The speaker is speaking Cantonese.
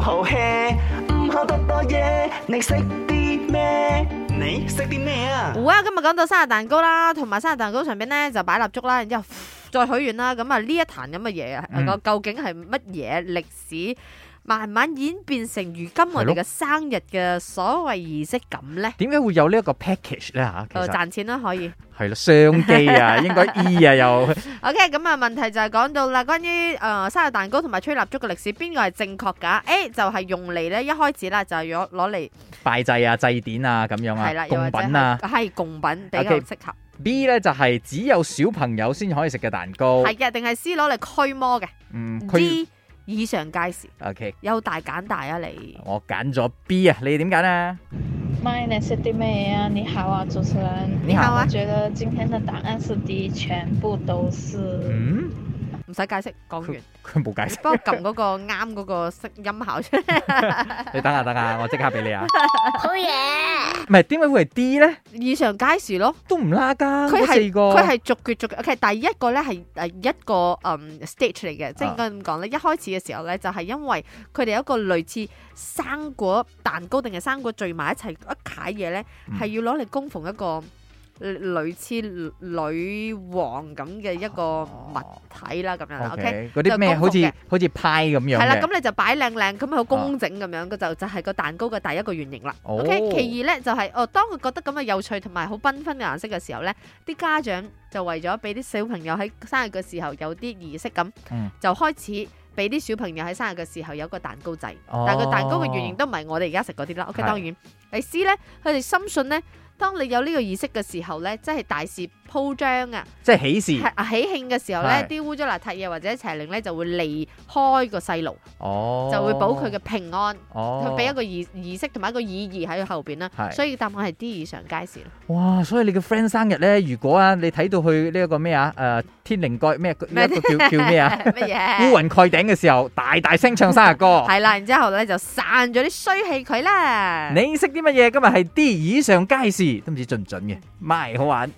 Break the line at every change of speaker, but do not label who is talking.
好 hea，唔好得多嘢。你識啲咩？你識啲咩啊？
好啊，今日講到生日蛋糕啦，同埋生日蛋糕上邊咧就擺蠟燭啦，然之後再許願啦。咁啊呢一壇咁嘅嘢啊，
嗯
個究竟係乜嘢歷史，慢慢演變成如今我哋嘅生日嘅所謂儀式感咧？
點解會有呢一個 package 咧嚇？其
誒
實
賺錢啦，可以。
係啦，商機 啊，應該 E 啊又
OK，咁啊問題就係講到啦，關於誒、呃生日蛋糕同埋吹蠟燭嘅歷史，邊個係正確㗎？A 就係用嚟咧，一開始啦就係攞攞嚟
拜祭啊、祭典啊咁樣
係
啊
啦，，又或
供
者
品啊
係。係供品比較
OK
適合，
B 咧就係只有小朋友先可以食嘅蛋糕。
係嘅，定係 C 攞嚟驅魔嘅
嗯，佢
？D 以上皆是。
OK，
有大揀大啊你！
我揀咗 B 啊，你點揀啊？
My name is Demi 啊，你好啊，主持人。
你好
啊
我觉得今天的答案是 D，全部都是。
嗯，
唔使解釋，講完，
佢冇解
你
釋。
幫我撳嗰個啱嗰個聲音效出嚟，
你等下等下，我即刻俾你啊。
好嘢，
唔係點解會係 D 咧？
以上皆是咯。
都唔拉㗎，
佢
嗰四
係
個。
佢係逐決逐決，OK，第一個咧係誒一個嗯 stage 嚟嘅，即係應該咁講咧。一開始嘅時候咧，就係因為佢哋有一個類似生果蛋糕定係生果聚埋一齊一攤嘢咧，
嗯
係要攞嚟供奉一個類似女王咁嘅一個物體啦，咁樣啦
O
啊，OK。
K，嗰啲咩
就公
好
共嘅
似好似派咁樣
係啦，
嘅。啊
咁你就擺靚靚，咁好工整咁樣，佢就就係個蛋糕嘅第一個原型啦。
哦
OK，其二咧就係、哦，當佢覺得咁嘅有趣同埋好繽紛嘅顏色嘅時候咧，啲家長就為咗俾啲小朋友喺生日嘅時候有啲儀式感，
嗯
就開始。俾啲小朋友喺生日嘅時候有個蛋糕仔，
哦
但係個蛋糕嘅原型都唔係我哋而家食嗰啲啦。OK，
係
當然，第四咧，佢哋深信咧，當你有呢個儀式嘅時候咧，即係大事鋪張啊，
即係
係
喜事。
啊喜慶嘅時候咧
嗯係，
啲污糟邋遢嘢或者邪靈咧就會離開個細路，
哦。
就會保佢嘅。平安，
哦。
佢俾一個儀儀式同埋一個意義喺佢後邊啦。
係
所以答案係 D 以上皆是啦。
哇！所以你嘅 friend 生日咧，如果啊，你睇到佢呢一個咩啊，誒天靈蓋咩呢一個叫叫咩 啊？
乜
烏
嘢？
雲蓋頂嘅時候，大大聲唱生日 歌。
係啦，然之後咧就散咗啲衰氣佢啦。
你識啲乜嘢？今日係 D 以上皆是，都唔知準唔準嘅。咪好玩。